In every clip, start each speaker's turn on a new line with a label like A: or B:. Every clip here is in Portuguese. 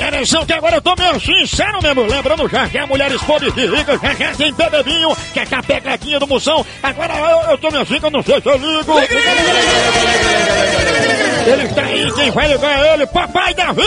A: Atenção que agora eu tô meio sincero mesmo. Lembrando já que é mulheres pobres e ricas, já já tem bebedinho, que é a pegadinha do moção. Agora eu, eu tô meio assim que eu não sei se eu ligo. Ele está aí, quem vai ligar é ele? Papai Davi!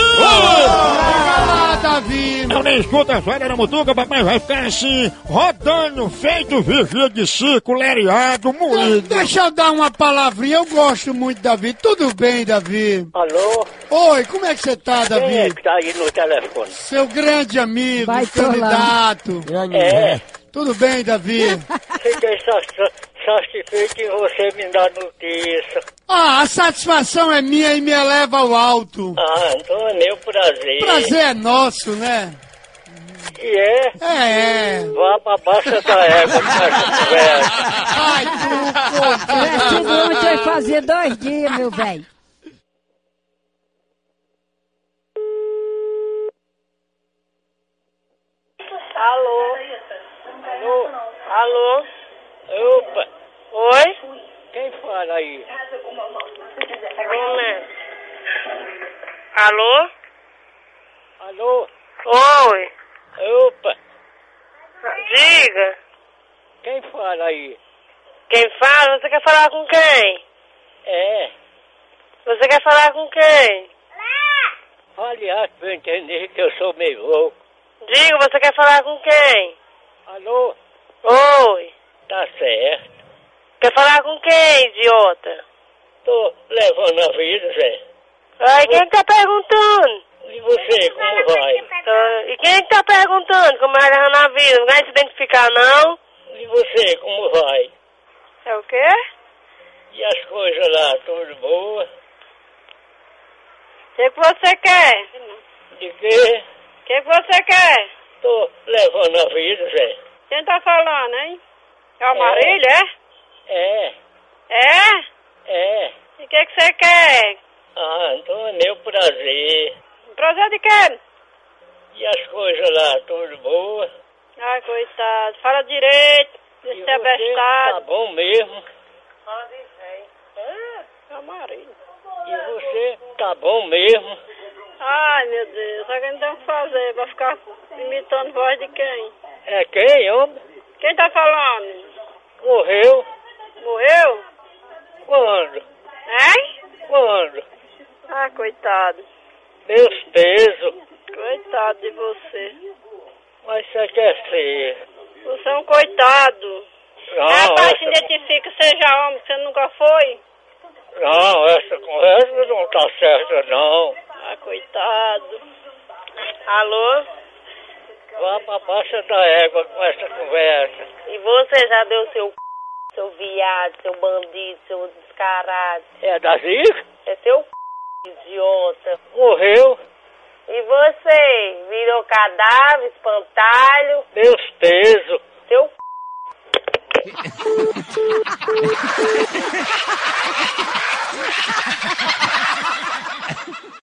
B: Davi!
A: Eu nem escuto a história da mutuca, papai vai ficar assim, rodando, feito vigia de circo, lereado, moído.
B: Deixa eu dar uma palavrinha, eu gosto muito, Davi. Tudo bem, Davi?
C: Alô?
B: Oi, como é que você tá,
C: Quem é
B: Davi?
C: que tá aí no telefone?
B: Seu grande amigo,
D: Vai,
B: candidato.
C: É,
B: Tudo bem, Davi?
C: fiquei sa- satisfeito em você me dar notícia.
B: Ah, a satisfação é minha e me eleva ao alto.
C: Ah, então é meu prazer.
B: Prazer é nosso, né?
C: E é,
B: É, é.
C: vá pra baixa da égua com essa conversa.
B: Ai, tu, pô.
D: Cresce muito vai fazer dois dias, meu velho.
C: Alô? Alô? Alô? Opa! Oi? Quem fala aí?
E: Bruna. Alô?
C: Alô?
E: Oi.
C: Opa!
E: Diga.
C: Quem fala aí?
E: Quem fala? Você quer falar com quem?
C: É,
E: Você quer falar com quem?
C: aliás, pra eu entender que eu sou meio louco.
E: Diga, você quer falar com quem?
C: Alô?
E: Oi.
C: Tá certo.
E: Quer falar com quem, idiota?
C: Tô levando a vida, Zé.
E: Ai, quem tá perguntando?
C: E você, como vai?
E: Ah, E quem que tá perguntando como é a na vida? Não vai se identificar, não?
C: E você, como vai?
E: É o quê?
C: E as coisas lá, tudo boa?
E: O que, que você quer?
C: De quê?
E: O que, que você quer?
C: Tô levando a vida, Zé.
E: Quem tá falando, hein? É
C: o Marília,
E: é?
C: É,
E: É?
C: é.
E: E o que que você quer?
C: Ah, então é meu prazer.
E: Prazer de quê?
C: E as coisas lá, tudo boa?
E: Ai, coitado. Fala direito.
C: E
E: Esse é
C: tá
E: bestado.
C: bom mesmo?
E: Fala de jeito. É, é o marido.
C: E você, tá bom mesmo?
E: Ai, meu Deus. Só que não tem o que fazer. Vai ficar imitando voz de quem?
C: É quem, homem?
E: Quem tá falando?
C: Morreu?
E: Morreu?
C: Quando?
E: Hein?
C: Quando?
E: Ah, coitado.
C: Meus pesos.
E: Coitado de você.
C: Mas você quer ser? Ah,
E: Você é um coitado. Rapaz, se
C: essa-
E: identifica, seja homem, que você nunca foi.
C: Não, essa conversa não tá certa, não.
E: Ah, coitado. Alô?
C: Vá pra baixa da égua com essa conversa.
E: E você já deu seu c... seu viado, seu bandido, seu descarado.
C: É da Zica?
E: É seu c... idiota.
C: Morreu.
E: E você virou cadáver, espantalho,
C: Meus pesos.
E: seu c...